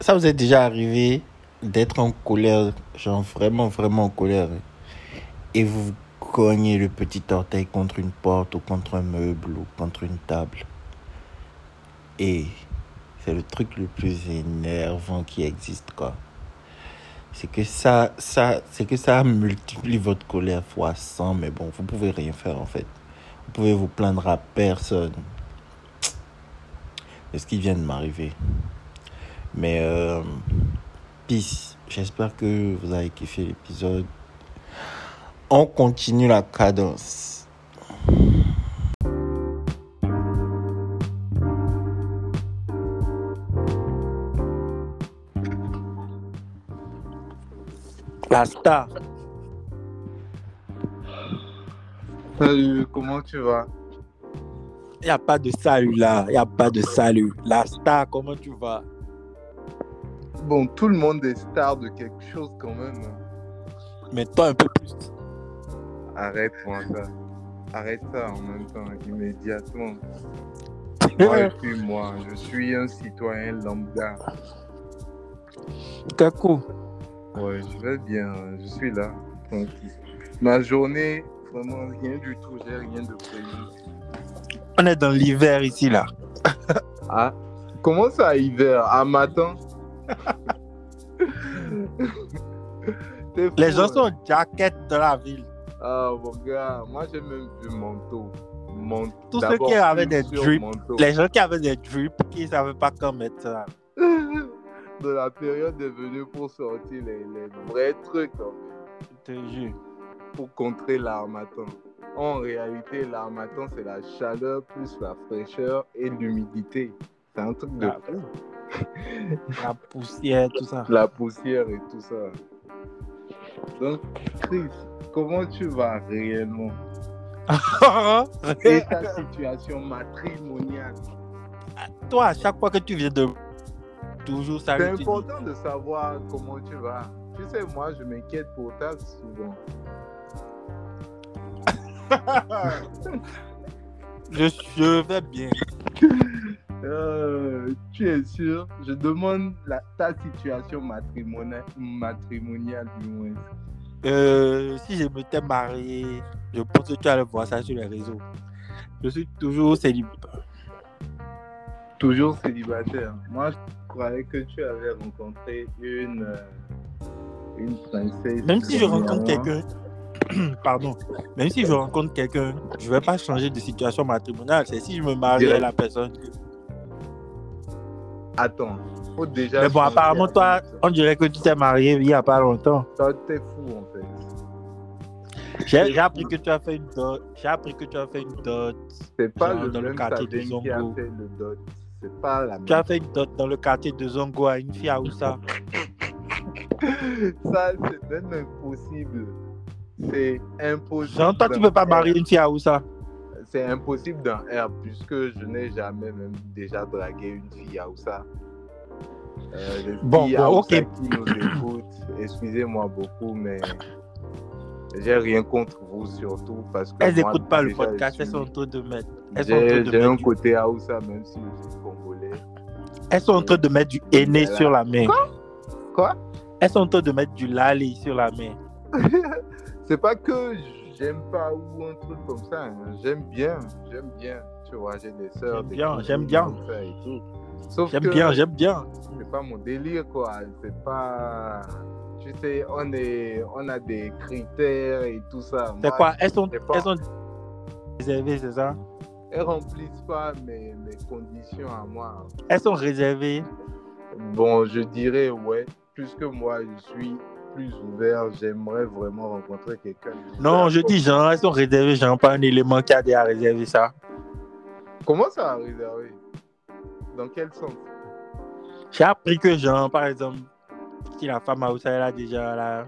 Ça vous est déjà arrivé d'être en colère, genre vraiment, vraiment en colère, et vous cognez le petit orteil contre une porte ou contre un meuble ou contre une table. Et c'est le truc le plus énervant qui existe, quoi. C'est que ça, ça, c'est que ça multiplie votre colère fois 100, mais bon, vous pouvez rien faire en fait. Vous pouvez vous plaindre à personne de ce qui vient de m'arriver. Mais euh, peace. J'espère que vous avez kiffé l'épisode. On continue la cadence. La star. Salut, comment tu vas Il a pas de salut là. Il a pas de salut. La star, comment tu vas Bon, tout le monde est star de quelque chose quand même. Mais toi un peu plus. Arrête, moi, ça. Arrête ça en même temps, immédiatement. Moi, Quel je suis moi, je suis un citoyen lambda. coup. Ouais, je vais bien, je suis là, tranquille. Ma journée, vraiment rien du tout, j'ai rien de prévu. On est dans l'hiver ici là. Ah Comment ça, hiver À matin T'es fou, Les gens hein. sont en jacket dans la ville. Ah, mon gars, moi j'ai même vu manteau. manteau. Tous ceux D'abord, qui avaient des culture drips, manteau. Les gens qui avaient des drips, qui ne savaient pas quand mettre ça. De la période est venue pour sortir les, les vrais trucs, en fait, Je te jure. pour contrer l'armatan. En réalité, l'armatan, c'est la chaleur plus la fraîcheur et l'humidité. C'est un truc de La, la poussière, tout ça. la poussière et tout ça. Donc, Chris, comment tu vas réellement Ah, Et ta situation matrimoniale Toi, à chaque fois que tu viens de. Toujours ça. C'est que tu dis. important de savoir comment tu vas. Tu sais, moi, je m'inquiète pour ta souvent. Je, je vais bien. Euh, tu es sûr Je demande la, ta situation matrimoniale, matrimoniale du moins. Euh, si je m'étais marié, je pense que tu allais voir ça sur les réseaux. Je suis toujours célibataire. Toujours célibataire. Moi, je croyais que tu avais rencontré une, euh, une princesse. Même si je rencontre dernièrement. quelqu'un. Pardon. Même si je rencontre quelqu'un, je ne vais pas changer de situation matrimoniale. C'est si je me marie à Direct. la personne. Attends, faut déjà. Mais bon, changer apparemment, toi, avec on dirait que tu t'es marié il n'y a pas longtemps. ça. Toi, t'es fou en fait. J'ai j'ai appris que tu as fait une dot. J'ai appris que tu as fait une dot. C'est pas Genre le dans le même quartier de Sabine qui a Zongo. fait le dot. C'est pas la même. Tu as fait une dot dans le quartier de Zongo à une fille à Oussa. Ça, c'est même impossible. C'est impossible. Genre, toi, tu peux pas dans marier une fille à Oussa. Air. C'est impossible dans R, puisque je n'ai jamais même déjà dragué une fille à Oussa. Euh, les Bon, filles bon, Aoussa ok. qui nous écoutent, excusez-moi beaucoup, mais j'ai rien contre vous surtout parce que. Elles Bah, moi, n'écoutent pas le déjà, je podcast, elles suis- sont trop de mettre. Elles sont en train J'ai de j'ai mettre un du- côté à Oussa, même si je suis congolais. Elles sont en train de mettre du henné Voilà. sur la main. Quoi Elles sont en train de mettre du lali sur la main. c'est pas que j'aime pas ou un truc comme ça. hein. J'aime bien, j'aime bien. Tu vois, j'ai des sœurs. J'aime des bien, cousines, j'aime bien. tout ça et tout. Sauf J'aime que bien, j'aime bien. c'est pas mon délire, quoi. C'est pas. Tu sais, on, est... on a des critères et tout ça. C'est Moi, quoi Elles sont, je sais pas. elles sont réservées, c'est ça Elles remplissent pas mes, mes conditions à moi. Elles sont réservées. Bon, je dirais, ouais. Puisque moi, je suis plus ouvert, j'aimerais vraiment rencontrer quelqu'un. Non, je dis genre, elles sont réservées, genre pas un élément qui a à réserver ça. Comment ça, réservé Dans quel sens J'ai appris que genre, par exemple, si la femme à Oussa, elle a déjà la...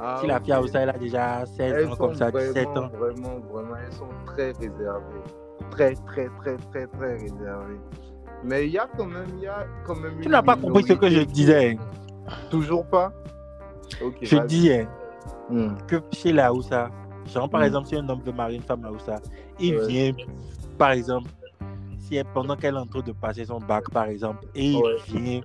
Ah, si la fille à ok. Oussa, elle a déjà 16 Elles ans, sont comme ça, 17 vraiment, ans. Vraiment, vraiment, elles sont très réservées. Très, très, très, très, très réservées. Mais il y a quand même, il y a quand même Tu une n'as pas compris ce que je minorité. disais. Toujours pas Ok. Je vas-y. hein, disais Hmm. que chez la Oussa, genre par Mm. exemple, si un homme veut marier une femme à Oussa, il Ouais. vient, par exemple, si elle, pendant qu'elle est en train de passer son bac, par exemple, et Ouais. il vient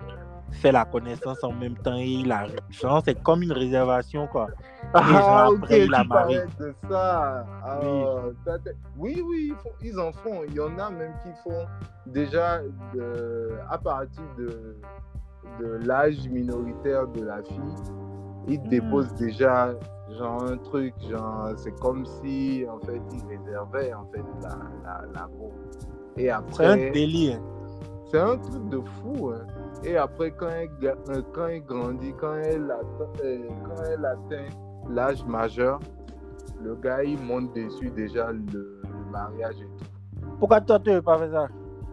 faire la connaissance en même temps et il arrive. Genre, c'est comme une réservation, quoi. Ah, gens ok, prennent tu la parlais marée. de ça. Ah, Oui. t'as- t'as- oui, oui, ils, font- ils en font. Il y en a même qui font déjà de- à partir de, de l'âge minoritaire de la fille, ils Hmm. déposent déjà genre un truc, genre c'est comme si en fait ils réservaient en fait la, la, la peau. Et C'est un après, délire. c'est un truc de fou. hein. Et après, quand elle, gra- euh, quand elle grandit, quand elle, atte- euh, quand elle atteint l'âge majeur, le gars, il monte dessus déjà le, le mariage et tout. Pourquoi toi, tu veux pas faire ça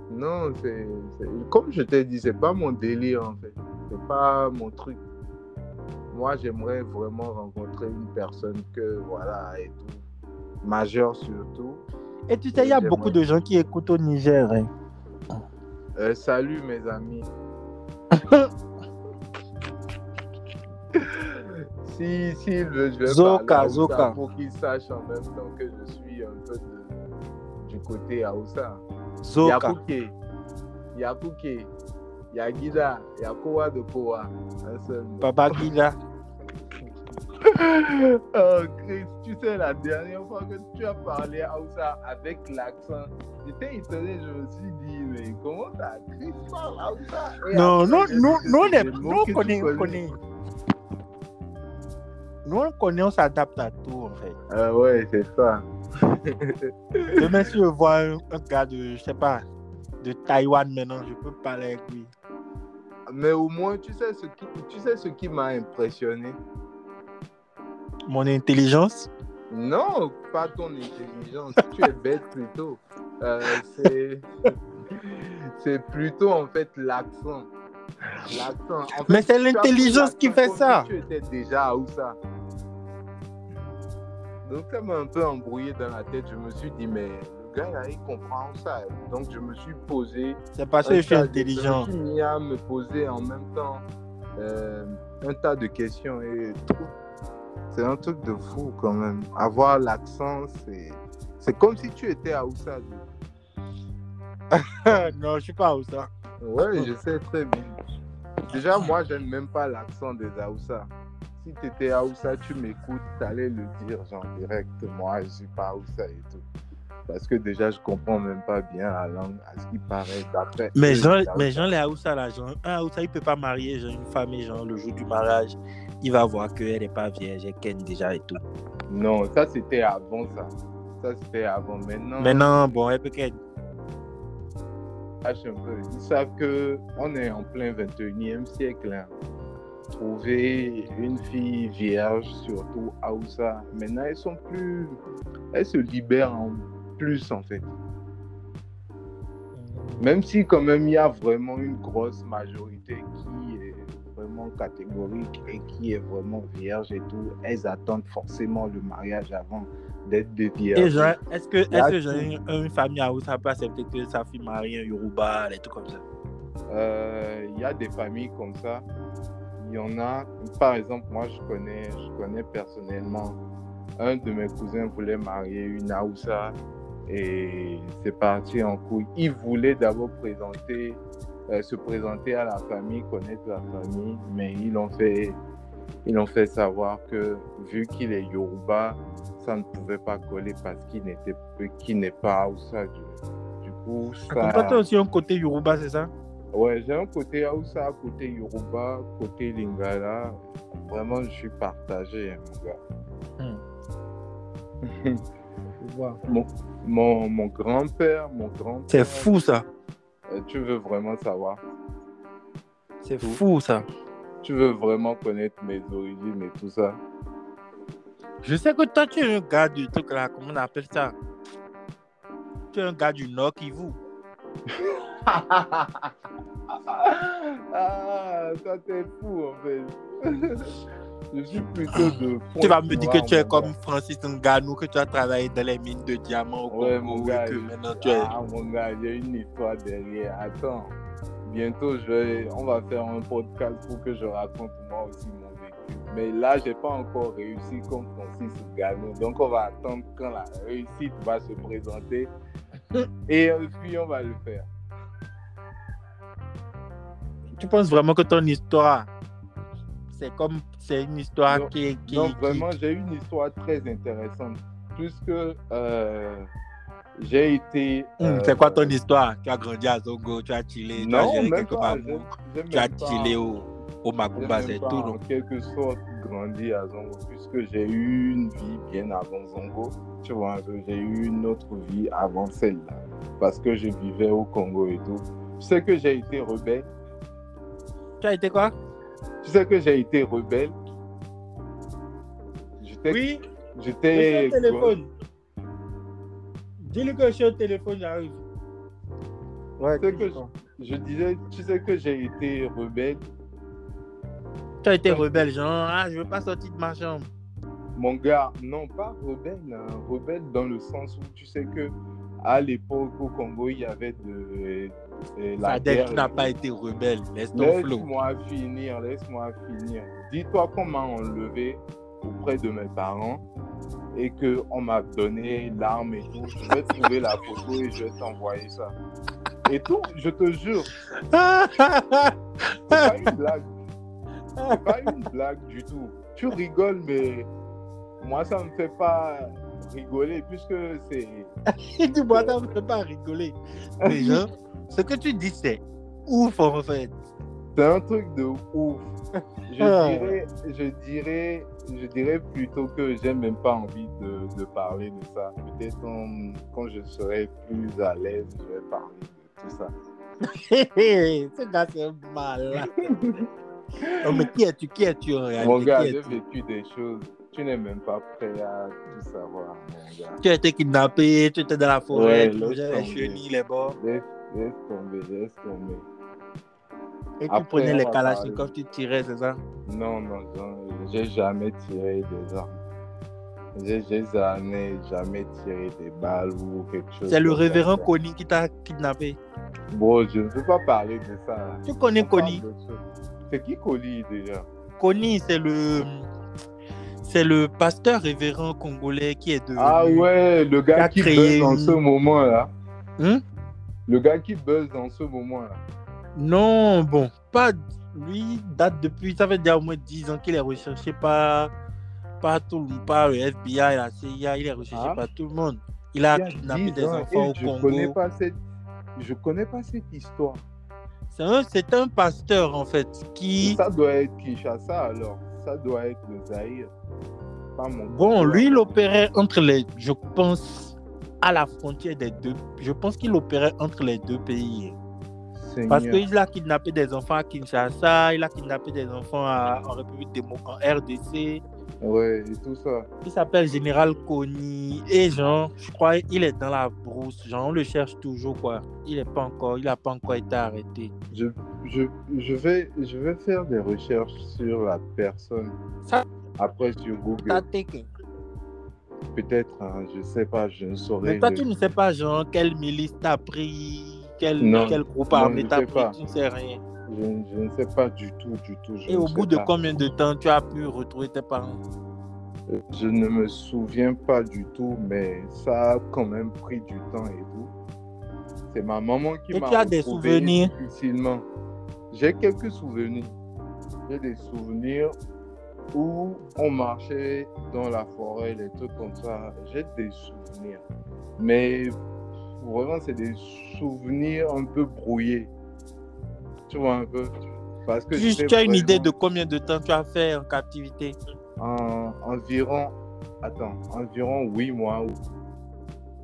Non, c'est, c'est- comme je t'ai dit, c'est pas mon délire en fait. C'est pas mon truc. Moi, j'aimerais vraiment rencontrer une personne que, voilà, et tout. Majeure surtout. Et tu sais, il y a J'aime, beaucoup ouais. de gens qui écoutent au Niger. hein. Euh, salut mes amis. si, si, je, je vais Zoka, parler à Aoussa Zoka. pour qu'ils sachent en même temps que je suis un peu de- du côté Aoussa. Zoka. Yakuke, Yakuke, Yagida, Yakoa de Koa. Un seul mot. Papa Guida. Oh, Chris, tu sais, la dernière fois que tu as parlé à Aoussa avec l'accent, j'étais étonné, je me suis dit, mais comment ça, Chris parle Aoussa Et Non, après, non, j'ai nous, vu que nous, on c'est est- des nous, mots on que tu connaît, on connais. connaît. Nous, on connaît, on s'adapte à tout, en fait. Ah ouais, c'est ça. Demain, si je vois un, un gars de, je sais pas, de Taïwan maintenant, je peux parler avec lui. Mais au moins, tu sais ce qui, tu sais ce qui m'a impressionné Mon intelligence Non, pas ton intelligence, tu es bête plutôt. Euh, c'est- c'est plutôt en fait l'accent. L'accent. En fait, Mais c'est tu as pris l'intelligence qui l'accent fait comme ça. si Tu étais déjà à Oussa. Donc ça m'a un peu embrouillé dans la tête. Je me suis dit, mais le gars là, il comprend ça. Donc je me suis posé Ah, C'est parce que je suis tas de- intelligent. Je me suis mis à me poser en même temps euh, un tas de questions et tout. C'est un truc de fou quand même. Avoir l'accent, c'est c'est comme si tu étais à Oussa. non, je suis pas où ça. Ouais, je sais très bien. Déjà, moi, j'aime même pas l'accent des Aoussa. Si tu étais Aoussa, tu m'écoutes, t'allais le dire genre direct. Moi, je suis pas Aoussa et tout. Parce que déjà, je comprends même pas bien la langue, à ce qui paraît d'après. Mais eux, Jean, les mais Jean les Aoussa, là, Jean, un Aoussa, il peut pas marier genre, une femme et genre, le jour du mariage, il va voir qu'elle n'est pas vierge, elle ken déjà et tout. Non, ça c'était avant ça. Ça c'était avant. Mm. Maintenant, Maintenant, bon, elle peut ken. sache un peu. Ils savent que on est en plein 21e siècle. hein. Trouver une fille vierge, surtout Aoussa, maintenant elles sont plus. Elles se libèrent en plus en fait. Mm. Même si quand même il y a vraiment une grosse majorité qui est vraiment catégorique et qui est vraiment vierge et tout, elles attendent forcément le mariage avant d'être des Et vierges. genre, est-ce que, est-ce Là, que tu- genre, une, une famille Aoussa peut accepter que sa fille marie un Yoruba, des trucs comme ça Euh, Il y a des familles comme ça. Il y en a, par exemple, moi je connais, je connais personnellement, un de mes cousins voulait marier une Aoussa et c'est parti en couille. Il voulait d'abord présenter, euh, se présenter à la famille, connaître la famille, mais ils l'ont fait, ils l'ont fait savoir que vu qu'il est Yoruba, ça ne pouvait pas coller parce qu'il n'était, qu'il n'est pas Aoussa. Du, du coup, ça. Comme toi, t'as aussi un côté Yoruba, c'est ça Ouais, j'ai un côté Hausa, côté Yoruba, côté Lingala. Vraiment, je suis partagé, hein, mon gars. mon mon, mon grand-père, mon grand-père. C'est fou ça. Euh, Tu veux vraiment savoir. C'est fou ça. Tu veux vraiment connaître mes origines et tout ça. Je sais que toi, tu es un gars du truc là, comment on appelle ça Tu es un gars du Nord qui vous. ah, ça t'es fou en fait. je suis plutôt de. Tu vas me dire que Pointe-Noire, tu es mon comme gars. Francis Ngannou, que tu as travaillé dans les mines de diamants au Congo Ouais, mon gars, et que je- maintenant tu es. Ah mon gars, il y a une histoire derrière. Attends, bientôt je vais- on va faire un podcast pour que je raconte moi aussi mon vécu. Mais là, j'ai pas encore réussi comme Francis Ngannou, donc on va attendre quand la réussite va se présenter et euh, puis on va le faire. Tu penses vraiment que ton histoire, c'est comme c'est une histoire Non, qui est qui, Non, qui- vraiment, j'ai eu une histoire très intéressante. Puisque euh, j'ai été. Hum, euh, c'est quoi ton histoire Tu as grandi à Zongo, tu as chillé, tu as Non, géré même quelque pas. part j'ai- j'ai tu as même pas- chillé au, au Makumba, j'ai Bah, c'est même pas tout. en non quelque sorte grandi à Zongo, puisque j'ai eu une vie bien avant Zongo. Tu vois, un peu, j'ai eu une autre vie avant celle-là, parce que je vivais au Congo et tout. Tu sais que j'ai été rebelle. Tu as été quoi Tu sais que j'ai été rebelle. J'étais. Oui, Eh, J'étais. Dis-lui que je suis au téléphone, j'arrive. Ouais, C'est que Je disais, tu sais que j'ai été rebelle. Tu as été rebelle, genre, ah, je veux pas sortir de ma chambre. Mon gars, non, pas rebelle, hein, rebelle dans le sens où tu sais que à l'époque au Congo, il y avait de, de la Sadek, guerre. Bah, tu n'as pas été rebelle, laisse ton flou. Laisse-moi finir, laisse-moi finir. Dis-toi qu'on m'a enlevé auprès de mes parents et qu'on m'a donné l'arme et tout. Je vais trouver la photo et je vais t'envoyer ça. Et tout, je te jure, Ah, c'est pas une blague. C'est pas une blague du tout. Tu rigoles, mais moi, ça me fait pas rigoler puisque c'est. Et tu vois, t'as même pas rigolé. Mais genre, ce que tu dis, c'est ouf en fait. C'est un truc de ouf. Je Ah. dirais, je dirais, je dirais plutôt que j'ai même pas envie de, de parler de ça. Peut-être on- quand je serai plus à l'aise, je vais parler de tout ça. Hé, hé, Ce gars, c'est un malade. Non, mais qui es-tu Qui es-tu en réalité Mon gars, Qui j'ai es-tu vécu des choses. Tu n'es même pas prêt à tout savoir, mon gars. Tu as été kidnappé, tu étais dans la forêt, Ouais, tu laisse mangeais les tomber. chenilles, les bords, Laisse, laisse tomber, laisse tomber. et tu Après, prenais les on va kalachnikovs, tu tirais, c'est ça Non, non, j'en- j'ai jamais tiré des armes. J'ai j'ai jamais, jamais tiré des balles ou quelque chose. C'est le comme ça. révérend Connie qui t'a kidnappé. Bon, je ne veux pas parler de ça. là. Tu connais On parle Connie d'autre chose. C'est qui Coli déjà Connie, c'est le. C'est le pasteur révérend congolais qui est devenu. Ah ouais, le Il gars a qui créé buzz en une- ce moment là. Hein Le gars qui buzz en ce moment là. Non, bon, pas lui date depuis, ça fait déjà au moins 10 ans qu'il est recherché par, par tout le monde, par le FBI, la CIA, il est recherché Ah. par tout le monde. Il a Il y a kidnappé 10 des ans, enfants et au je Connais Congo. pas cette... Je connais pas cette histoire. C'est un, c'est un pasteur en fait qui, Ça doit être Kinshasa alors. Ça doit être le Zaïre. Pas mon bon, lui il opérait entre les, je pense, à la frontière des deux, je pense qu'il opérait entre les deux pays. Parce Seigneur. qu'il a kidnappé des enfants à Kinshasa, il a kidnappé des enfants à- en République démocratique, en RDC. Ouais, et tout ça. Il s'appelle Général Kony. Et genre, je crois il est dans la brousse. Genre, on le cherche toujours, quoi. Il est pas encore, il a pas encore été arrêté. Je, je, je, vais, je vais faire des recherches sur la personne. Ça- Après sur Google. T'as taken. Peut-être, hein, je sais pas, je ne saurais. Mais toi, le- tu ne sais pas, genre, quelle milice t'as pris, quel, Non. quel groupe Non, armé je t'as sais pris, pas. tu ne sais rien. Je, je ne sais pas du tout, du tout. je Et ne au sais bout de pas. combien de temps tu as pu retrouver tes parents Euh, Je ne me souviens pas du tout, mais ça a quand même pris du temps et tout. C'est ma maman qui Et m'a tu as des retrouvé souvenirs difficilement. J'ai quelques souvenirs. J'ai des souvenirs où on marchait dans la forêt, les trucs comme ça. J'ai des souvenirs. Mais vraiment, c'est des souvenirs un peu brouillés. Tu vois un peu Parce que Juste, j'étais tu as une idée vraiment- de combien de temps tu as fait en captivité en- environ, attends, environ 8 mois. ou-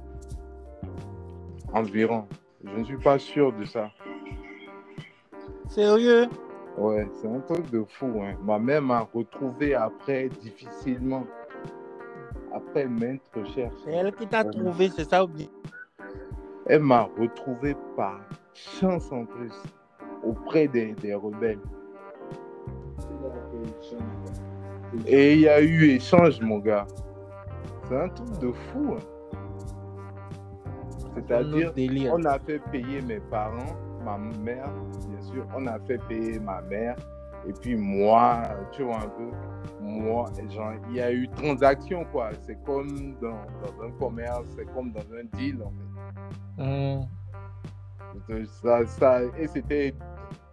Environ. Je ne suis pas sûr de ça. Sérieux Ouais, c'est un truc de fou. Hein. Ma mère m'a retrouvé après difficilement. Après maintes recherches. C'est elle qui t'a Ouais. trouvé, c'est ça ou bien Elle m'a retrouvé par chance en plus auprès des, des rebelles. Et il y a eu échange, mon gars. C'est un truc de fou. hein. Un C'est-à-dire, autre délire. on a fait payer mes parents, ma mère, bien sûr, on a fait payer ma mère. Et puis moi, tu vois un peu, moi, genre, il y a eu transaction, quoi. C'est comme dans, dans un commerce, c'est comme dans un deal, en fait. Hum. Ça, ça- et c'était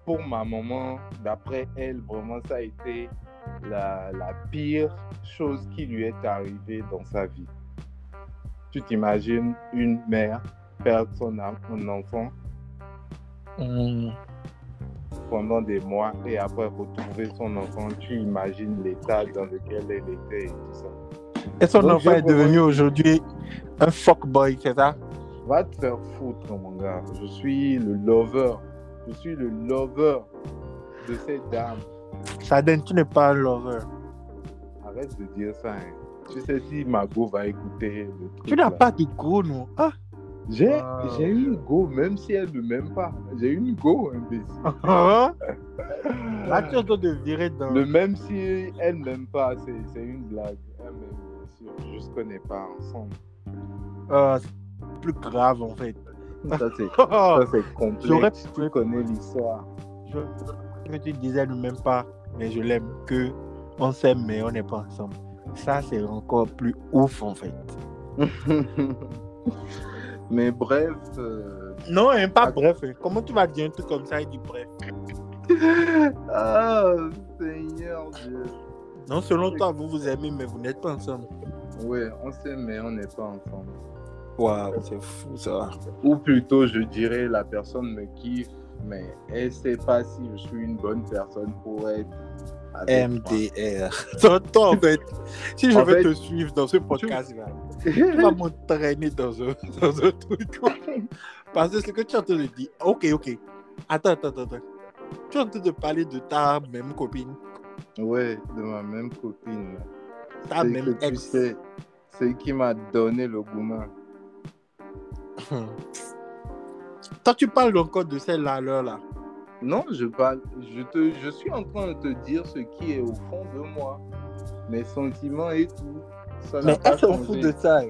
pour ma maman, d'après elle, vraiment, ça a été la, la pire chose qui lui est arrivée dans sa vie. Tu t'imagines une mère perdre son, en- son enfant Mmh. pendant des mois et après retrouver son enfant, tu imagines l'état dans lequel elle était et tout ça. Et son Donc, enfant j'ai est devenu aujourd'hui un fuckboy, c'est ça Va te faire foutre, mon gars. Je suis le lover. Je suis le lover de cette dame. Sardin, tu n'es pas un lover. Arrête de dire ça. hein. Tu sais si Mago va écouter le truc. Tu n'as là. pas de goût, non Ah J'ai Wow. j'ai une go, même si elle ne m'aime pas. J'ai une go, imbécile. Hein Ah. Là, tu es en train de virer dans. Euh, Le même si elle ne m'aime pas, c'est c'est une blague. Ah, Elle m'aime, bien sûr. Juste qu'on n'est pas ensemble. Ah, c'est plus grave, en fait. Ça, c'est Oh, ça, c'est complexe. Tu connais l'histoire. je... que tu disais, elle ne m'aime pas, mais je l'aime. Que on s'aime, mais on n'est pas ensemble. Ça, c'est encore plus ouf, en fait. Mais bref, euh, Non, hein, pas Ah. bref. hein. Comment tu vas dire un truc comme ça et dire bref Ah, Seigneur Dieu. Non, selon toi, vous vous aimez, mais vous n'êtes pas ensemble. Ouais, on s'aime, mais on n'est pas ensemble. Waouh, c'est fou ça. Ou plutôt, je dirais, la personne me kiffe, mais elle sait pas si je suis une bonne personne pour être avec MDR. Toi, toi, en fait, si je En veux fait, te suivre dans ce podcast-là, tu vas m'entraîner dans un, dans un truc. quoi. Parce que ce que tu es en train de dire, ok, ok. Attends, attends, attends, attends. Tu es en train de parler de ta même copine, moi. Ouais, de ma même copine. là. ta Celle même que tu ex. sais, celle qui m'a donné le gourmand. Toi, tu parles encore de celle-là, à l'heure là. Non, je parle, je te, je suis en train de te dire ce qui est au fond de moi, mes sentiments et tout. Ça n'a Mais pas elle s'en changé. fout de ça. hein.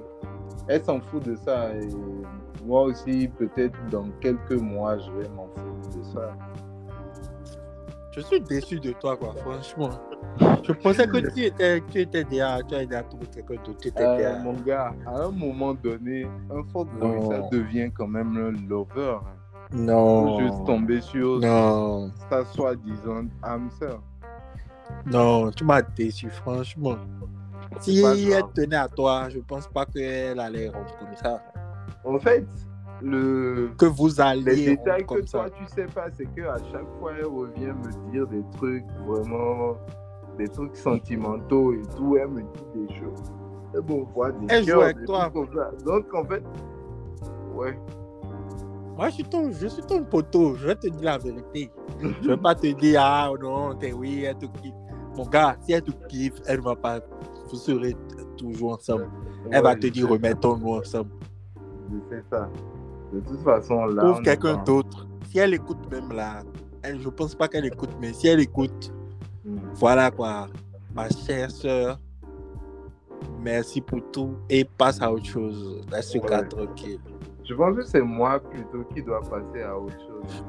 elle s'en fout de ça et moi aussi peut-être dans quelques mois je vais m'en foutre de ça. Je suis déçu de toi, quoi, franchement. Je pensais que tu étais, tu étais déjà, tu avais déjà trouvé quelqu'un d'autre. Tu étais Euh, déjà- mon gars, à un moment donné, un fort boy, Oh. Non. ça devient quand même un lover. Faut Oh. Non. juste tomber sur Non. sa soi-disant âme sœur. Non, tu m'as déçu, franchement. Si pas elle grave. tenait à toi, je pense pas qu'elle allait rompre comme ça. En fait, le Que vous les allez détails rompre que comme toi ça. tu sais pas, c'est que à chaque fois elle revient me dire des trucs vraiment des trucs sentimentaux et tout, elle me dit des choses. Et bon, voit des Elle joue cœurs, avec des toi. trucs comme ça. Donc en fait, ouais. Moi, je suis, ton, je suis ton poteau, je vais te dire la vérité. Je vais pas te dire, ah non, t'es oui, elle te kiffe. Mon gars, si elle te kiffe, elle ne va pas. Vous serez t- toujours ensemble. Elle va Ouais, te je dire, sais, remettons-nous ensemble. Je sais ça. De toute façon, là. on Trouve est quelqu'un pas- d'autre. Si elle écoute même là, elle, je pense pas qu'elle écoute, mais si elle écoute, Mm. Voilà quoi, ma chère sœur. Merci pour tout et passe à autre chose. Laisse le gars Ouais. tranquille. Je pense que c'est moi plutôt qui dois passer à autre chose.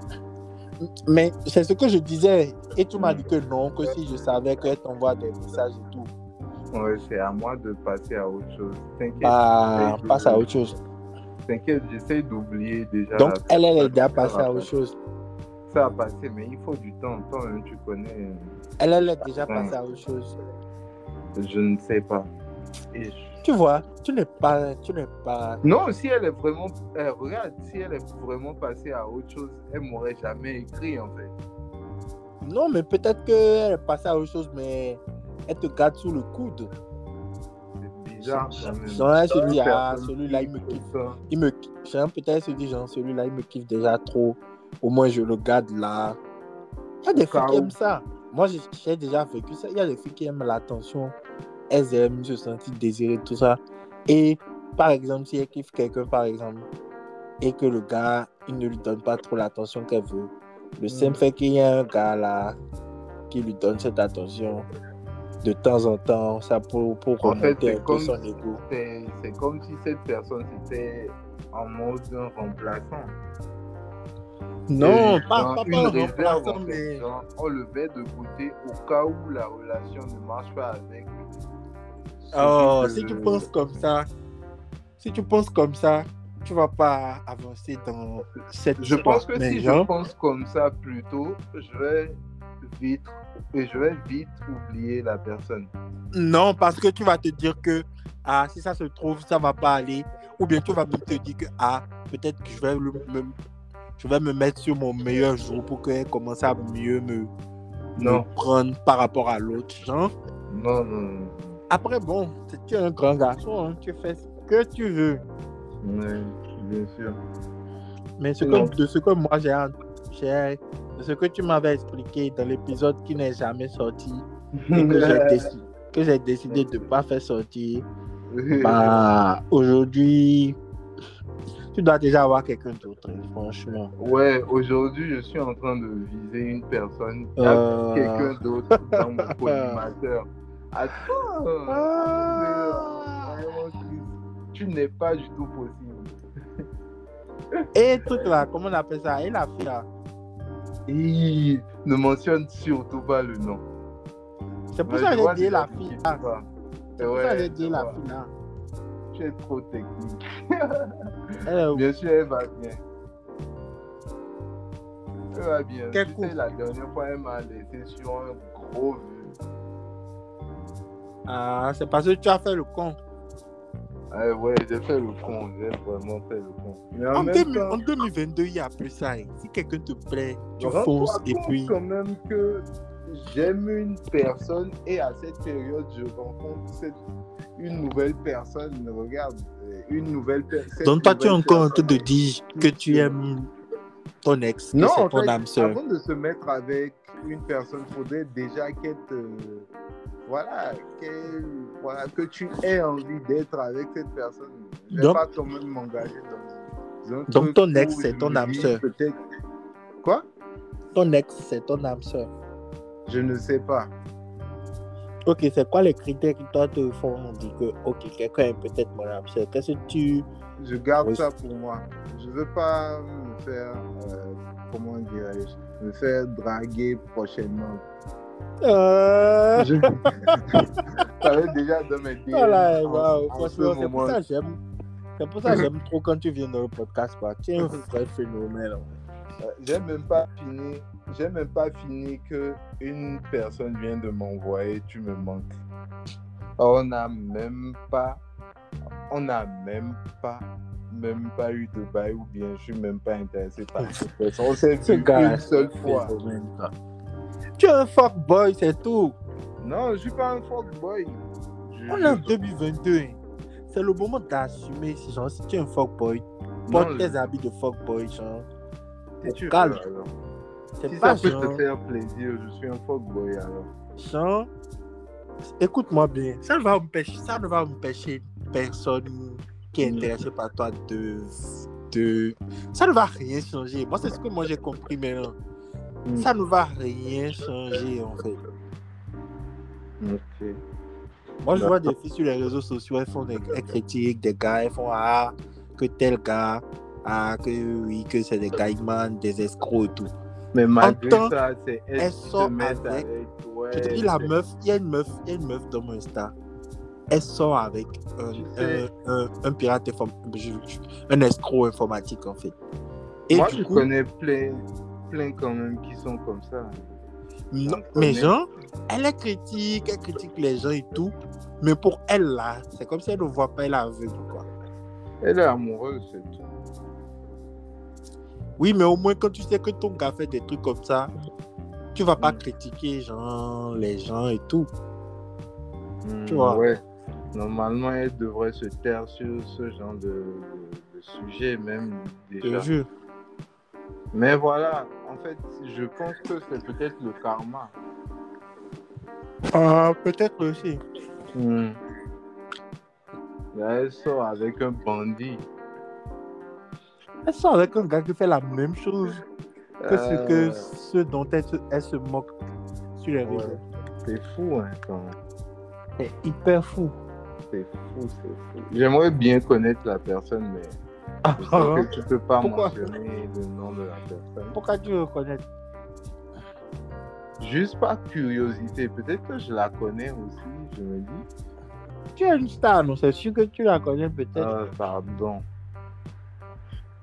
Mais c'est ce que je disais. Et tu m'as Mm. dit que non, que si je savais qu'elle t'envoie des messages et tout, Ouais, c'est à moi de passer à autre chose. T'inquiète, bah, je- passe à autre chose. t'inquiète, j'essaie d'oublier déjà. Donc, la- elle, elle la- est déjà la- passée à autre chose. Ça a passé, mais il faut du temps. Toi, hein, tu connais. Elle, elle est déjà passée à autre chose. Je ne sais pas. Et je- Tu vois, tu n'es pas, tu n'es pas. Non, si elle est vraiment. eh, regarde, si elle est vraiment passée à autre chose, elle m'aurait jamais écrit en fait. Non, mais peut-être qu'elle est passée à autre chose, mais elle te garde sous le coude. C'est bizarre quand même. Non, elle se dit, Une ah, personne celui-là, il qui me fait kiffe. ça. il me genre, peut-être se dit genre celui-là il me kiffe déjà trop au moins je le garde là il y a des filles qui Carrément. aiment ça moi j'ai- j'ai déjà vécu ça il y a des filles qui aiment l'attention elles aiment se sentir désirées tout ça et par exemple si elle kiffe quelqu'un par exemple et que le gars il ne lui donne pas trop l'attention qu'elle veut le simple Mm. fait qu'il y a un gars là qui lui donne cette attention de temps en temps ça pour, pour En fait, remonter c'est un peu comme- son ego C'est c'est comme si cette personne était en mode un remplaçant. non Et pas, genre pas, une pas un réserve, remplaçant en fait. mais Genre, on le met de côté au cas où la relation ne marche pas avec. celui Oh, que- si tu penses comme ça, si tu penses comme ça, tu vas pas avancer dans cette Je pense que mais si je genre, pense comme ça plus tôt, je vais vite, et je vais vite oublier la personne. Non, parce que tu vas te dire que ah, si ça se trouve, ça va pas aller. Ou bien tu vas même te dire que ah, peut-être que je vais, le- me, je vais me mettre sur mon meilleur jour pour qu'elle commence à mieux me, me Non, prendre par rapport à l'autre. Genre. non, non, non. Après, bon, c'est- tu es un grand garçon, hein, tu fais ce que tu veux. Ouais, bien sûr. Mais ce Non. que, de ce que moi j'ai j'ai- de ce que tu m'avais expliqué dans l'épisode qui n'est jamais sorti et que j'ai décidé que j'ai décidé de pas faire sortir, bah aujourd'hui tu dois déjà avoir quelqu'un d'autre, hein, franchement. Ouais, aujourd'hui, je suis en train de viser une personne, Euh. quelqu'un d'autre dans mon collimateur. Attends, Ah. vraiment, tu- tu n'es pas du tout possible. Et tout là, comment on appelle ça Et la fille là Et ne mentionne surtout pas le nom. C'est pour Ouais, ça je que vois j'ai dit déjà la qui fille tu là. parles. C'est pour Ouais, ça que j'ai je dit la vois. fille là. Tu es trop technique. Elle est où Bien sûr, elle va bien. Elle va bien. Quel tu coup sais, la dernière fois, elle m'a laissé sur un gros vu. Ah, c'est parce que tu as fait le con. Ah ouais, j'ai fait le con. J'ai vraiment fait le con. Mais En, même 2000 temps- en 2022, il n'y a plus ça. hein. Si quelqu'un te plaît, tu Rends-toi fonces et compte puis. quand même que j'aime une personne et à cette période, je rencontre cette- une nouvelle personne. Regarde, euh, une nouvelle personne. Donc, toi, tu es encore en train de dire que tu aimes ton ex, que Non, c'est en ton fait, âme sœur. Avant de se mettre avec une personne, il faudrait déjà qu'elle te- Voilà, qu'elle- voilà, que tu aies envie d'être avec cette personne. Je vais Donc- pas quand même m'engager dans un Donc, truc ton ex, où c'est je ton me âme dis sœur. Peut-être. Quoi Ton ex, c'est ton âme sœur. Je ne sais pas. Ok, c'est quoi les critères qui toi te font dire que, ok, quelqu'un est peut-être mon âme sœur Qu'est-ce que tu. Je garde Oui. ça pour moi. Je veux pas me faire, euh, comment dirais-je, me faire draguer prochainement. Euh... Je... ça va être déjà dans mes DM. Voilà, en- Oh waouh, en franchement, ce c'est pour moment. ça que j'aime. C'est pour ça que j'aime trop quand tu viens dans le podcast. quoi. Tu es un vrai phénomène. en vrai. Euh, J'ai même pas fini. J'ai même pas fini que une personne vient de m'envoyer. Tu me manques. On n'a même pas. On n'a même pas. Même pas eu de bail ou bien je suis même pas intéressé par cette personne. On s'est Ce vu gars, une seule fois. phénomène, quoi. Tu es un fuckboy, c'est tout. Non, je suis pas un fuckboy. Je- On est en 2022. hein. C'est le moment d'assumer. c'est Genre, si tu es un fuckboy, Non, porte tes habits de fuckboy. Genre, si tu veux, calme. alors. c'est Si pas ça peut genre, te faire plaisir, je suis un fuckboy alors. genre, Écoute-moi bien. Ça ne va empêcher, ça ne va empêcher personne qui est Mm. intéressée par toi de, de. Ça ne va rien changer. Moi, c'est ce que moi j'ai compris maintenant. Mm. Ça ne va rien changer en fait. Mm. Ok. Moi, je vois des filles sur les réseaux sociaux, elles font des elles critiquent des gars, elles font ah, que tel gars, ah, que oui, que c'est des gaïmans, des escrocs et tout. Mais malgré temps, ça, c'est elle, elle qui te sort met avec- ouais, Je te dis, la c'est- meuf, il y a une meuf, il y a une meuf dans mon Insta, elle sort avec un, Tu un, sais- un, un pirate, inform- je- je- un escroc informatique en fait. Et Moi, du je coup, connais plein, plein quand même qui sont comme ça. non, je mais connais. genre, elle est critique, elle critique les gens et tout, mais pour elle là, c'est comme si elle ne voit pas, elle est aveugle quoi. Elle est amoureuse, c'est tout. Oui, mais au moins quand tu sais que ton gars fait des trucs comme ça, tu vas pas Mm. critiquer genre, les gens et tout. Tu Hmm, vois. ouais. Normalement, elle devrait se taire sur ce genre de, de- de sujet, même Je déjà. te jure. Mais voilà, en fait, je pense que c'est peut-être le karma. Ah, peut-être aussi. Hmm. Là, elle sort avec un bandit. Elle sort avec un gars qui fait la même chose que ce, Euh, que ce dont elle se, elle se moque sur les réseaux. ouais. C'est fou, hein, quand même. C'est hyper fou. C'est fou, c'est fou. J'aimerais bien connaître la personne, mais je sais que tu peux pas Ah. Pourquoi mentionner le nom de la personne. Pourquoi tu veux connaître Juste par curiosité, peut-être que je la connais aussi, je me dis. Euh, Euh, Tu es une star, non C'est sûr que tu la connais peut-être. Ah, pardon.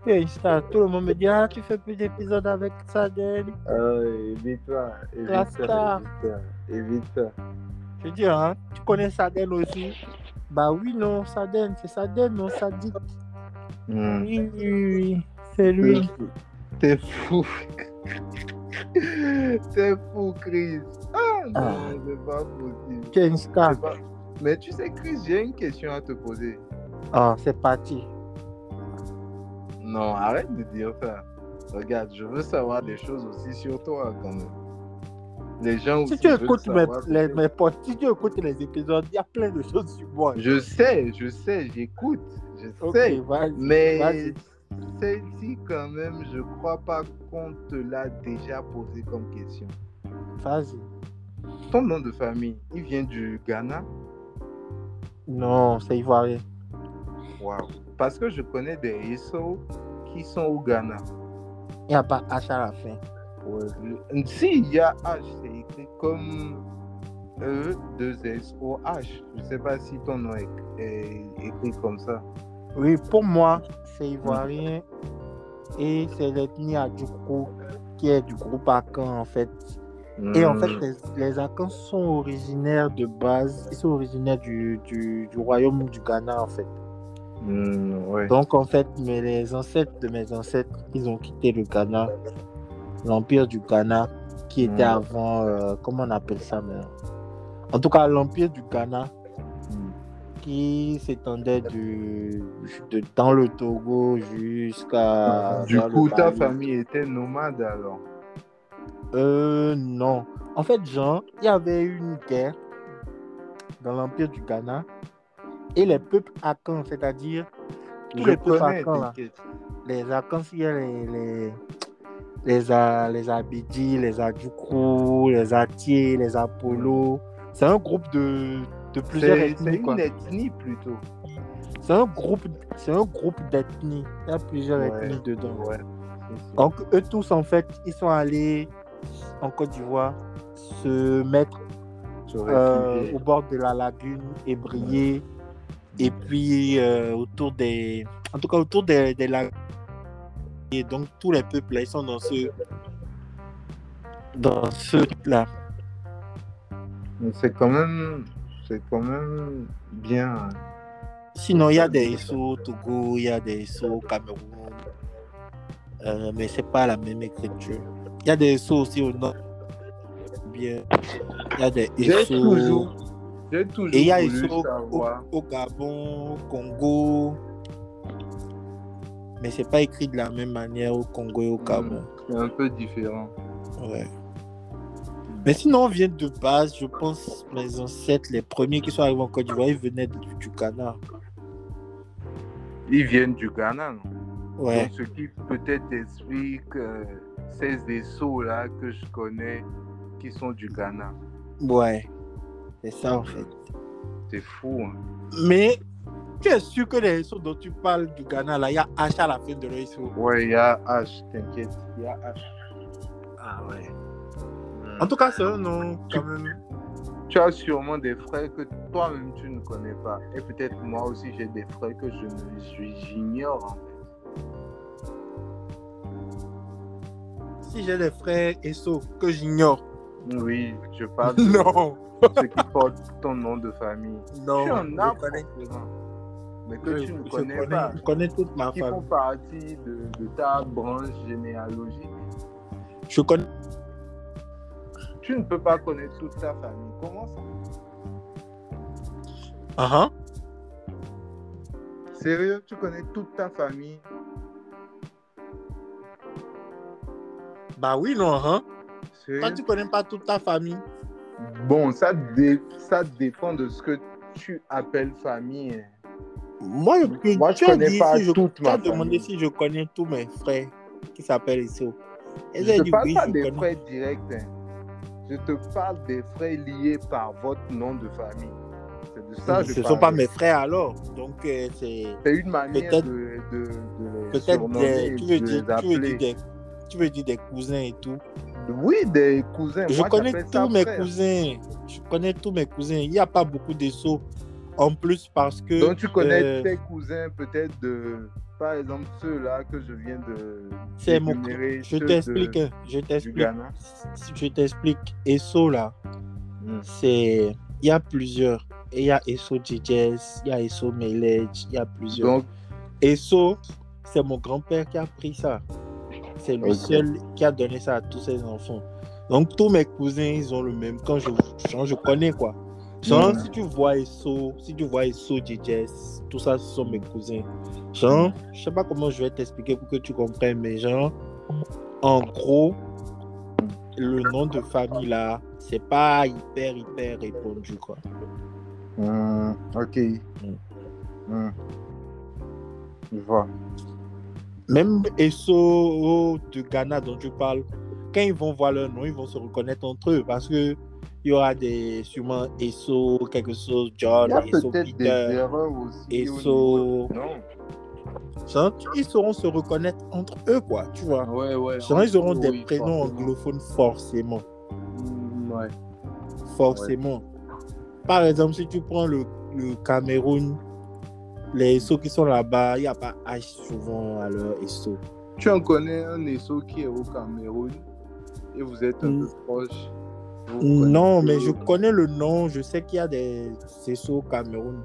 Et ça, tout le monde me dit Ah, tu fais plus d'épisodes avec ça, Dani. Euh, évite ça, La évite ça, star. évite ça, évite ça. Je dis, hein, tu connais Saden aussi Bah oui, non, Saden, c'est Saden, non, Sadik. Hmm. Oui, oui, oui, c'est lui. T'es fou. T'es fou, Chris. Ah non, Ah. c'est pas possible. Tu es une star. C'est pas- Mais tu sais, Chris, j'ai une question à te poser. Ah, c'est parti. Non, arrête de dire ça. Regarde, je veux savoir des choses aussi sur toi, quand même. Les gens aussi. Si tu veulent écoutes mes, savoir- les- mes potes, si tu écoutes les épisodes, il y a plein de choses sur moi. Je sais, je sais, j'écoute, je Ok, sais. vas-y. Mais vas-y. celle-ci, quand même, je crois pas qu'on te l'a déjà posée comme question. Vas-y. Ton nom de famille, il vient du Ghana Non, c'est ivoirien. Waouh. Parce que je connais des Isso qui sont au Ghana. Il n'y a pas H à la fin. Le- S'il y a H, c'est écrit comme E E2SOH. Je sais pas si ton nom est, est écrit comme ça. Oui, pour moi, c'est ivoirien. Et c'est l'ethnie Adjoukou qui est du groupe Akan, en fait. Et en fait, Hmm. les, les Akans sont originaires de base, ils sont originaires du, du, du royaume du Ghana, en fait. Hmm, ouais. Donc, en fait, mais les ancêtres de mes ancêtres, ils ont quitté le Ghana, l'empire du Ghana, qui était Mm. avant, euh, comment on appelle ça maintenant En tout cas, l'empire du Ghana, Hmm. qui s'étendait du, de, dans le Togo jusqu'à. du euh, dans le coup, ta Mali. famille était nomade alors. Euh, non. En fait, Jean, il y avait une guerre dans l'Empire du Ghana et les peuples Akans, c'est-à-dire tous je les peuples connais, Akans, là. t'inquiète. les Akans, il y a les, les, les, A- les Abidji, les Adjoukrou, les Atié, les Apollo. C'est un groupe de, de plusieurs C'est c'est ethnies. une quoi. ethnie plutôt. C'est un groupe, c'est un groupe d'ethnies. Il y a plusieurs Ouais. ethnies dedans. Ouais. Donc, eux tous, en fait, ils sont allés en Côte d'Ivoire se mettre Tu euh, aurais au pu- bord de la lagune et briller. Et puis, euh, autour des... En tout cas, autour des, des lagunes. Et donc, tous les peuples, là, ils sont dans ce... Dans ce là. Mais C'est quand même, c'est quand même bien. hein. Sinon, il y a des Iso au Togo, il y a des Iso au Cameroun. Euh, mais c'est pas la même écriture. Il y a des Iso aussi au nord. Bien. Il y a des J'ai Iso toujours, j'ai Et il y toujours a voulu Iso au, savoir. au Gabon, au Congo. Mais c'est pas écrit de la même manière au Congo et au Hmm. Gabon. C'est un peu différent. Ouais. Mais sinon, on vient de base, je pense, mes ancêtres, les premiers qui sont arrivés en Côte d'Ivoire, ils venaient du, du Ghana. Ils viennent du Ghana, non Ouais. Donc, ce qui peut-être explique euh, ces vaisseaux là que je connais qui sont du Ghana. Ouais. C'est ça, en fait. C'est fou. hein. Mais tu es sûr que les réseaux dont tu parles du Ghana, là, il y a H à la fin de l'ISO. Ouais, il y a H, t'inquiète. Il y a H. Ah ouais. Hmm. En tout cas, c'est un nom quand même. Tu as sûrement des frères que toi-même tu ne connais pas. Et peut-être moi aussi j'ai des frères que je ne suis- j'ignore en fait. Si j'ai des frères ESO que j'ignorais. hein. Oui, je parle de Non, ceux qui portent ton nom de famille. non. tu en as je connais, forcément, mais que je, tu ne je connais connais- pas, je connais toute ma qui font famille. partie de, de ta branche généalogique. Je connais. Tu ne peux pas connaître toute ta famille. Comment ça Ah, Sérieux, tu connais toute ta famille ah. Bah oui, non. ah, ah. Toi, Sérieux tu connais pas toute ta famille. Bon, ça, dé- ça dépend de ce que tu appelles famille. hein. Moi, je, peux- Moi, je tu as connais dit pas si je- toute tu ma as demandé famille. si je connais tous mes frères qui s'appellent ESO. Et je j'ai ne dit parle oui, pas je des connais. frais directs. hein. Je te parle des frais liés par votre nom de famille. C'est de ça que Ce je ne sont pas parle. mes frères alors. Donc, euh, c'est. C'est une manière Peut-être- de, de, de les Peut-être surnommer, des- tu veux de dire, les tu veux appeler. dire des, tu veux dire des cousins et tout. Oui, des cousins. je Moi, connais j'appelle ça tous mes frère. cousins. Je connais tous mes cousins. Il n'y a pas beaucoup de sauts en plus parce que Donc, tu connais euh, tes cousins peut-être de, par exemple, ceux-là que je viens de. C'est mon. d'énumérer, Je ceux de- t'explique, hein, je Du t'explique. Ghana. Je t'explique. ESO là, Mm. c'est. Il y a plusieurs. Et Il y a ESO DJs, il y a ESO Melech, il y a plusieurs. Donc, ESO, c'est mon grand-père qui a pris ça. C'est le Ok. seul qui a donné ça à tous ses enfants. Donc tous mes cousins, ils ont le même. Quand je, quand je connais quoi. Genre, Mm. si tu vois ESO, si tu vois ESO, DJ, tout ça, ce sont mes cousins. Genre, je sais pas comment je vais t'expliquer pour que tu comprennes, mais genre, en gros, le nom de famille là, c'est pas hyper, hyper répandu quoi. Hmm, ok. Mm. Hmm. Je vois. Même ESO de Ghana dont tu parles, quand ils vont voir leur nom, ils vont se reconnaître entre eux parce que il y aura des sûrement ESO, quelque chose, Il John, y a ESO peut-être des Peter, erreurs aussi. au niveau- ESO. Non. Genre, Ils sauront se reconnaître entre eux, quoi, tu vois. Ouais, ouais. Genre, ils auront des Oui, prénoms forcément. anglophones forcément. Hmm, Ouais. Forcément. Par exemple, si tu prends le, le Cameroun, les ESO qui sont là-bas, il n'y a pas H souvent à leur ESO. Tu en connais un ESO qui est au Cameroun et vous êtes un Hmm. peu proche. Non, mais je connais le nom. Je sais qu'il y a des ESO au Cameroun,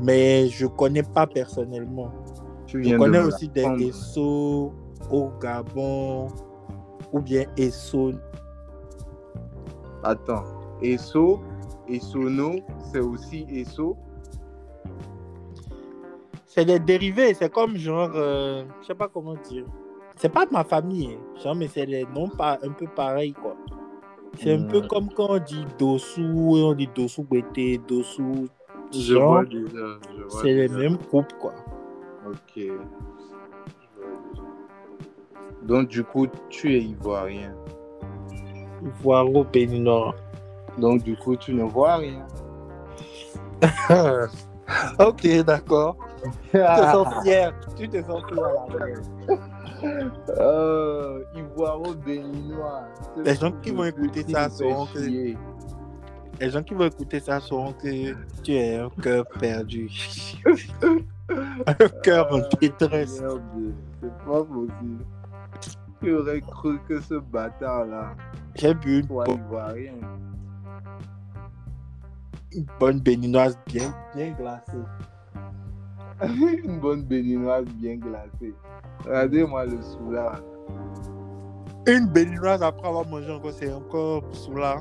mais je connais pas personnellement. Tu Je viens de connais me aussi des l'apprendre. ESO au Gabon ou bien ESO. Attends. ESO, ESONO, c'est aussi ESO. C'est des dérivés. C'est comme genre, euh, je sais pas comment dire. C'est pas de ma famille, hein, genre, mais c'est des noms pas un peu pareils quoi. C'est un peu Mm. comme quand on dit Dossou, et on dit Dossou Bété, Dossou. Je genre, vois déjà. je vois C'est les déjà. mêmes groupes quoi. Ok. Je vois déjà. Donc, du coup, tu es ivoirien. Voiro, Béninora. Donc, du coup, tu ne vois rien. ok, d'accord. Tu te sens fier. Tu te sens fier. là, ouais. Euh, Ivoiro-Béninois. Les gens qui vont écouter ça sauront que- que. Les gens qui vont écouter ça sauront que tu es un cœur perdu. un cœur en détresse. Merde, c'est pas possible. Qui aurait cru que ce bâtard-là J'ai bu une soit bo- ivoirien une bonne béninoise bien, bien glacée. Une bonne béninoise bien glacée. Regardez-moi le soulard. Une béninoise après avoir mangé encore, c'est encore sous là.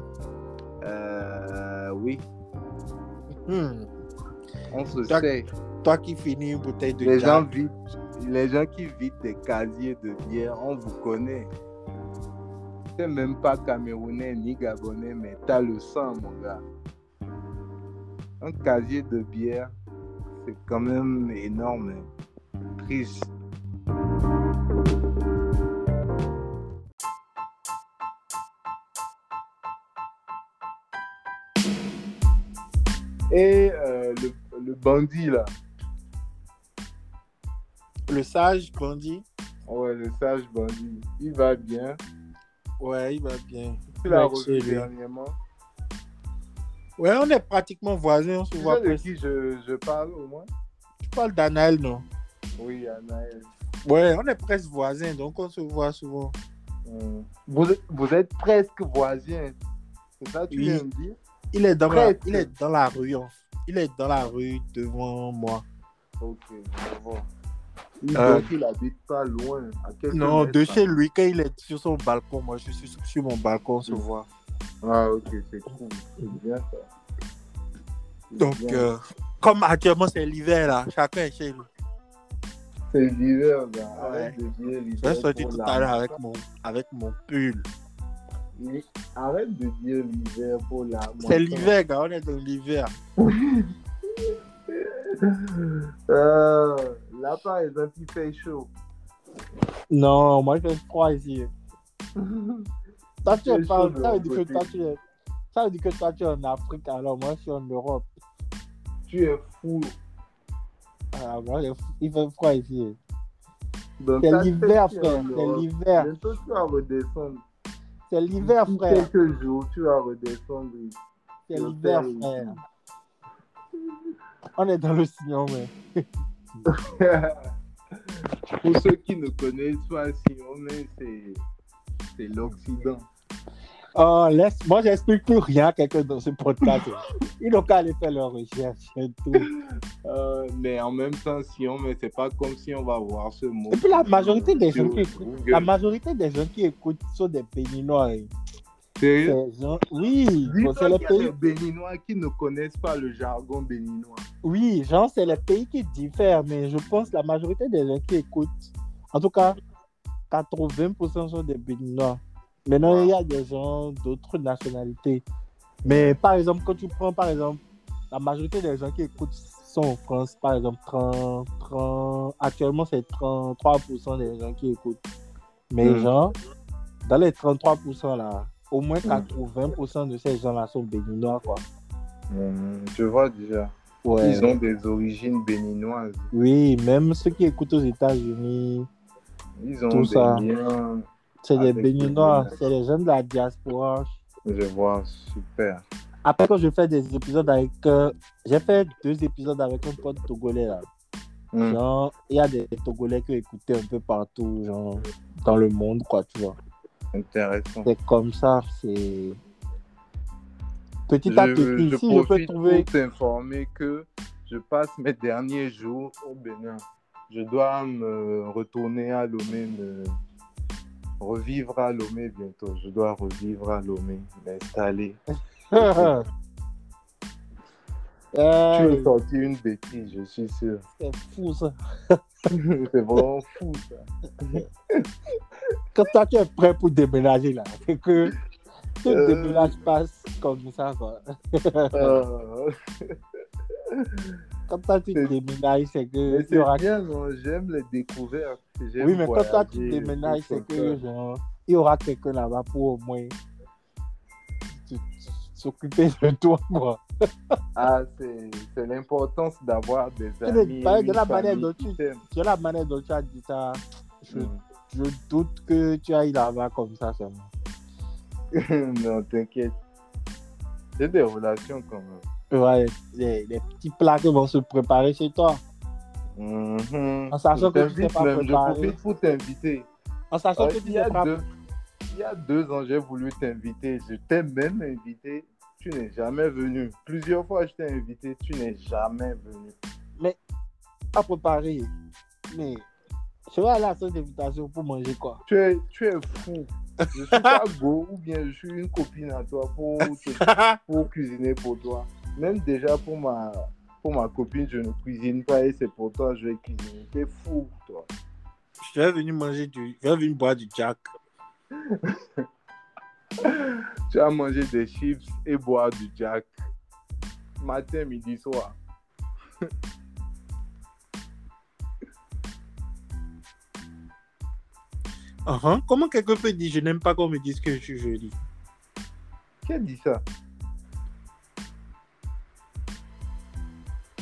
Euh, oui, Hmm. on se Tac. sait. Toi qui finis une bouteille de Les gens, Jack, vident, les gens qui vident des casiers de bière, on vous connaît. T'es même pas camerounais ni gabonais, mais t'as le sang, mon gars. Un casier de bière, c'est quand même énorme. hein. Triste. Et euh, le, le bandit là, le sage bandit, Ouais, le sage bandit, il va bien. ouais, il va bien. Tu l'as Ouais, revu c'est lui. dernièrement. Ouais, on est pratiquement voisins, on se Tu voit vois de plus. qui je, je parle au moins Tu parles d'Anaël, non? Oui, Anaël. Ouais, on est presque voisins, donc on se voit souvent. Hum. Hmm. Vous, vous êtes presque voisins. C'est ça que tu Oui. viens de dire Il est dans, la, Presque. il est dans la rue, en fait. Il est dans la rue devant moi. Ok, je vois. Il, Euh, Donc, il habite pas loin. À quelques Non, mètres, de ça. chez lui, quand il est sur son balcon, moi je suis sur- sur mon balcon, on se Mm. voit. Ah, ok, c'est cool. C'est bien ça. C'est Donc, bien. euh, comme actuellement c'est l'hiver là, chacun est chez lui. C'est l'hiver, ben. ouais. Arrête de dire Je l'hiver. vais sortir pour tout la à l'heure avec main. mon, avec mon pull. Oui, Arrête de dire l'hiver pour la. C'est main. l'hiver, gars, on est dans l'hiver. Euh, là, par exemple, il fait chaud. Non, moi je fais froid ici. Toi tu Il es fait pas, chaud de ça veut l'autre dire que côté. toi tu es, ça veut dire que toi tu es en Afrique alors moi je suis en Europe. Tu es fou. Ah, moi, il f- il fait froid ici. Dans C'est ta l'hiver tête, tu es frère, en c'est Europe. l'hiver, Bientôt, tu vas redescendre. c'est l'hiver D'ici frère, Quelques jours, tu vas redescendre. ici. c'est le l'hiver faire ici. frère. On est dans le sillon mais. Pour ceux qui ne connaissent pas Siomé, c'est c'est l'Occident. Oh, laisse. Moi, j'explique plus rien à quelqu'un dans ce podcast. Ils n'ont qu'à aller faire leurs recherches et tout. Euh, mais en même temps, Siomé, c'est pas comme si on va voir ce mot. Et puis, la majorité des sur gens qui écoutent, Google. la majorité des gens qui écoutent sont des Béninois. hein. Sérieux Ces gens- Oui, bon, Dis-toi c'est les qu'il y a pays. des Béninois qui ne connaissent pas le jargon béninois. Oui, genre, c'est les pays qui diffèrent, mais je pense la majorité des gens qui écoutent, en tout cas, 80% sont des Béninois. Maintenant, il y a des gens d'autres nationalités. Mais par exemple, quand tu prends, par exemple, la majorité des gens qui écoutent sont en France, par exemple, 30, 30 actuellement, c'est 33% des gens qui écoutent. Mais Mm. genre, dans les 33% là, au moins 80% de ces gens-là sont béninois, quoi. Mmh, je vois déjà. Ouais. Ils ont des origines béninoises. Oui, même ceux qui écoutent aux États-Unis, Ils ont Tout des ça. liens. c'est des Avec les Béninois, Béninois. c'est les jeunes de la diaspora. Je vois, super. Après, quand je fais des épisodes avec. euh, j'ai fait deux épisodes avec un pote togolais. Là. Hmm. Genre, il y a des Togolais que écouté un peu partout, genre, dans le monde, quoi, tu vois. Intéressant. C'est comme ça, c'est. Petit à je, petit, je si je peux profite trouver. pour t'informer que je passe mes derniers jours au Bénin. Je dois me retourner à Lomé, me revivre à Lomé bientôt. Je dois revivre à Lomé, m'installer. Euh, Tu veux sortir une bêtise, je suis sûr. Eh, c'est fou ça. C'est vraiment fou ça. Quand toi, tu es prêt pour déménager là, c'est que tu ne Euh. déménages pas comme ça, quoi. Euh, Quand toi, tu C'est- déménages, c'est que. mais il y aura- c'est bien, non, j'aime les découvertes. j'aime Oui, mais quand toi, tu voyager, déménages, tout c'est comme que ça. genre, il y aura quelqu'un là-bas pour au moins s- s'occuper de toi, quoi. Ah, c'est c'est l'importance d'avoir des ne amis. parles de une la manière famille dont qui tu- t'aime. Sur la manière dont tu as dit ça, je, Mm. je doute que tu ailles là-bas comme ça seulement. non, t'inquiète. J'ai des relations quand même. Ouais, les, les petits plats qui vont se préparer chez toi. Mhm. En sachant Je que tu sais t'invite pas même, préparer. Je profite pour t'inviter. En sachant Euh, que tu il, y a ne seras- deux, il y a deux ans, j'ai voulu t'inviter. Je t'ai même invité. Tu n'es jamais venu. Plusieurs fois, je t'ai invité. Tu n'es jamais venu. pas préparé. Mais je vais aller à son invitation pour manger, quoi. Tu es, tu es fou. Je suis pas beau ou bien je suis une copine à toi pour, te- pour cuisiner pour toi. Même déjà pour ma, pour ma copine, je ne cuisine pas et c'est pour toi je vais cuisiner. T'es fou, toi. Je vais venir manger du. Je vais venir boire du Jack. Tu as mangé des chips et boire du Jack. Matin, midi, soir. Uh-huh. Comment quelqu'un peut dire je n'aime pas qu'on me dise que je suis joli Qui a dit ça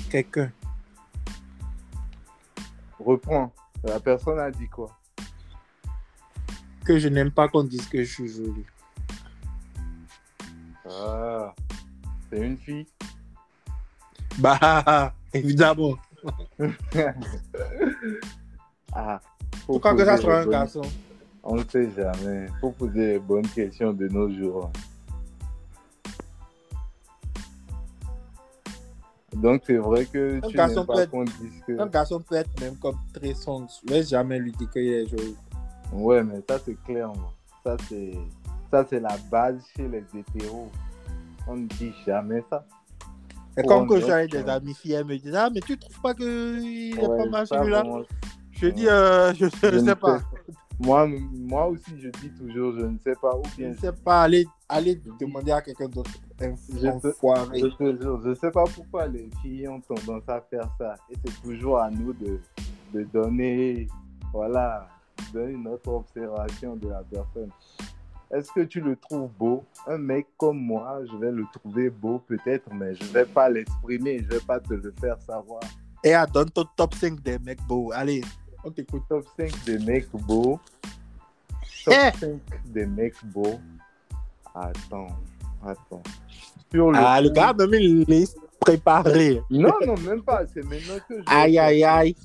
Quelqu'un. Reprends. La personne a dit quoi Que je n'aime pas qu'on dise que je suis joli. Ah, c'est une fille. Bah, évidemment. Ah, faut Pourquoi que ça poser soit les un bonnes- garçon On ne sait jamais. Faut poser les bonnes questions de nos jours. Donc c'est vrai que Un tu garçon n'aimes peut pas être- qu'on dise que... Un garçon peut être même comme très sombre. Laisse jamais lui dire qu'il est joli. Ouais, mais ça c'est clair. moi. Ça c'est ça c'est la base chez les hétéros. On ne dit jamais ça. C'est Oh, comme mais que j'ai avec ok. des amis filles, elles me disent Ah, mais tu trouves pas qu'il est Ouais, pas mal ça, celui-là moi, Je dis euh, Je je ne ne sais pas. Moi, moi aussi, je dis toujours, je ne sais pas. Ou Je bien, ne sais pas. Allez, allez demander à quelqu'un d'autre. Je Un peux- foiré. je te jure, je ne sais pas pourquoi les filles ont tendance à faire ça. Et c'est toujours à nous de, de donner, voilà, donner notre observation de la personne. Est-ce que tu le trouves beau Un mec comme moi, je vais le trouver beau peut-être, mais je ne vais pas l'exprimer, je ne vais pas te le faire savoir. Et à donne ton top 5 des mecs beaux. Allez, on t'écoute. Top 5 des mecs beaux. Top Eh 5 des mecs beaux. Attends, attends. Sur le Ah, le coup- gars a même une liste préparée. Non, non, même pas. C'est maintenant que je. Aïe, aïe, aïe.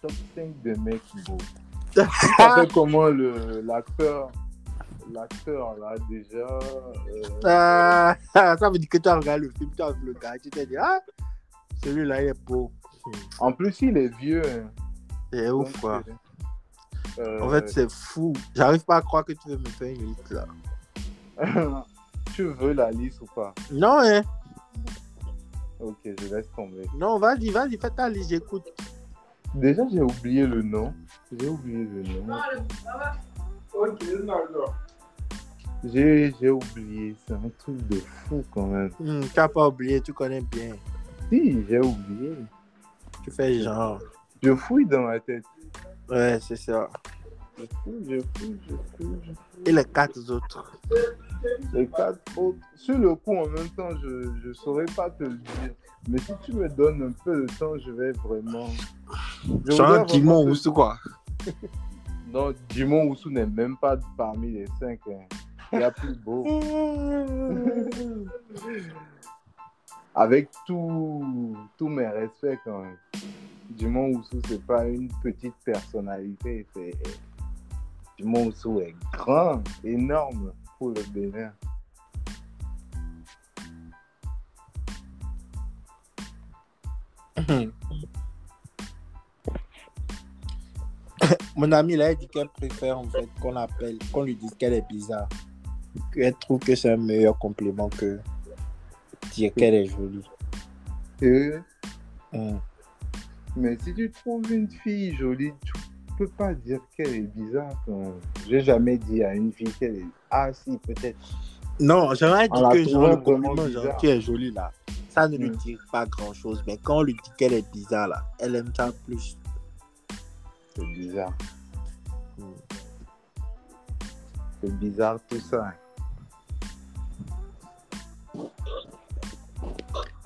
top 5 des mecs beaux. Tu sais comment le- l'acteur, l'acteur là déjà. euh, Ah, ça veut dire que tu as regardé le film, tu as vu le gars, tu t'es dit, ah, celui-là, il est beau. en plus, il est vieux. hein. C'est Donc, ouf, quoi. euh, euh, En fait, c'est fou. J'arrive pas à croire que tu veux me faire une liste, là. tu veux la liste ou pas Non, hein. Ok, je laisse tomber. Non, vas-y, vas-y, fais ta liste, j'écoute. Déjà, j'ai oublié le nom. J'ai oublié le nom. J'ai j'ai oublié. C'est un truc de fou quand même. Hmm, tu n'as pas oublié, tu connais bien. Si, j'ai oublié. Tu fais genre. Je fouille dans ma tête. Ouais, c'est ça. Je fouille, je fouille, je fouille. je Et les quatre autres. fouille. Les quatre autres. Sur le coup, en même temps, je ne saurais pas te le dire. Mais si tu me donnes un peu de temps, je vais vraiment. Je voudrais Genre vraiment Dimon te- ou c'est quoi Non, Dimon Oussou n'est même pas parmi les cinq. hein. Il y a plus beau. mmh, Avec tous tous mes respects quand même. Dumont Oussou, c'est pas une petite personnalité. C'est... Dumont Oussou est grand, énorme pour le Bénin. Mon amie, là, elle dit qu'elle préfère en fait qu'on l'appelle, qu'on lui dise qu'elle est bizarre. Qu'elle trouve que c'est un meilleur compliment que dire qu'elle est jolie. Sérieux Hmm. Mais si tu trouves une fille jolie, tu peux pas dire qu'elle est bizarre quand même. J'ai jamais dit à une fille qu'elle est. Ah si, peut-être. Non, j'aurais On la dit que genre, le trouve vraiment compliment, genre, bizarre. tu es jolie là. Ça ne lui Hmm. dit pas grand chose, mais quand on lui dit qu'elle est bizarre là, elle aime ça plus. C'est bizarre. Hmm. C'est bizarre tout ça.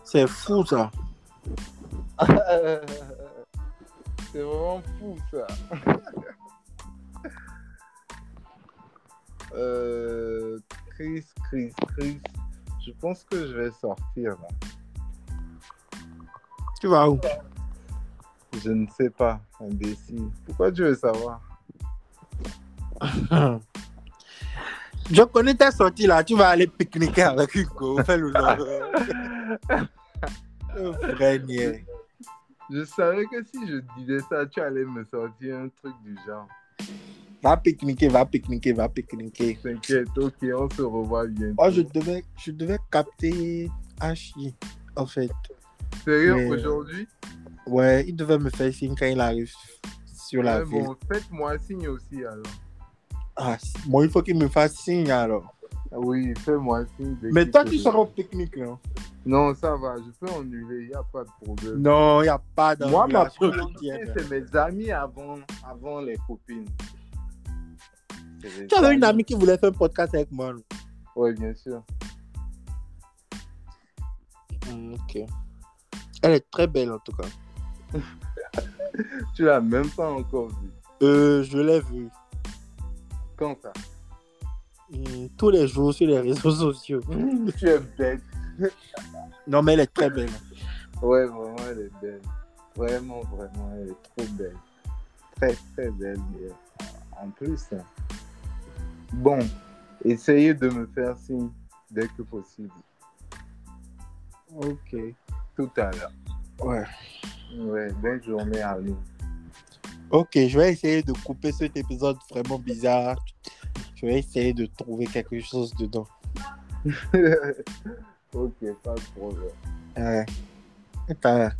C'est fou ça. c'est vraiment fou ça. Euh, Chris, Chris, Chris. Je pense que je vais sortir. là. Tu vas où Je ne sais pas, imbécile. Pourquoi tu veux savoir Je connais ta sortie là, tu vas aller pique-niquer avec Hugo, fais le nom. Le vrai niais. Je savais que si je disais ça, tu allais me sortir un truc du genre. Va pique-niquer, va pique-niquer, va pique-niquer. T'inquiète, ok, on se revoit bientôt. Oh, je devais, je devais capter Hachi, en fait. Sérieux, mais- aujourd'hui Ouais, il devait me faire signe quand il arrive sur la Ouais, ville. bon, Faites-moi signe aussi alors. Ah, si- bon, il faut qu'il me fasse signe alors. Ah Oui, fais-moi signe. dès Mais que toi, tu tu peux. seras au pique-nique, hein. non Non, ça va, je peux ennuyer, il n'y a pas de problème. Non, il n'y a pas de. Moi, ma relation hein. priorité, intième. c'est mes amis avant, avant les copines. Tu avais une amie qui voulait faire un podcast avec moi. non Oui, bien sûr. Hmm, ok. Elle est très belle en tout cas. Tu l'as même pas encore vu. Euh, je l'ai vue. Quand ça Hmm, tous les jours sur les réseaux sociaux. Tu es bête. Non, mais elle est très belle. Ouais, vraiment, elle est belle. Vraiment, vraiment, elle est trop belle. Très, très belle. mais, euh, En plus, hein. bon, essayez de me faire signe dès que possible. Ok. Tout à l'heure. Ouais. Ouais, bonne journée à nous. Ok, je vais essayer de couper cet épisode vraiment bizarre. Je vais essayer de trouver quelque chose dedans. ok, pas de problème. Ouais. Attends.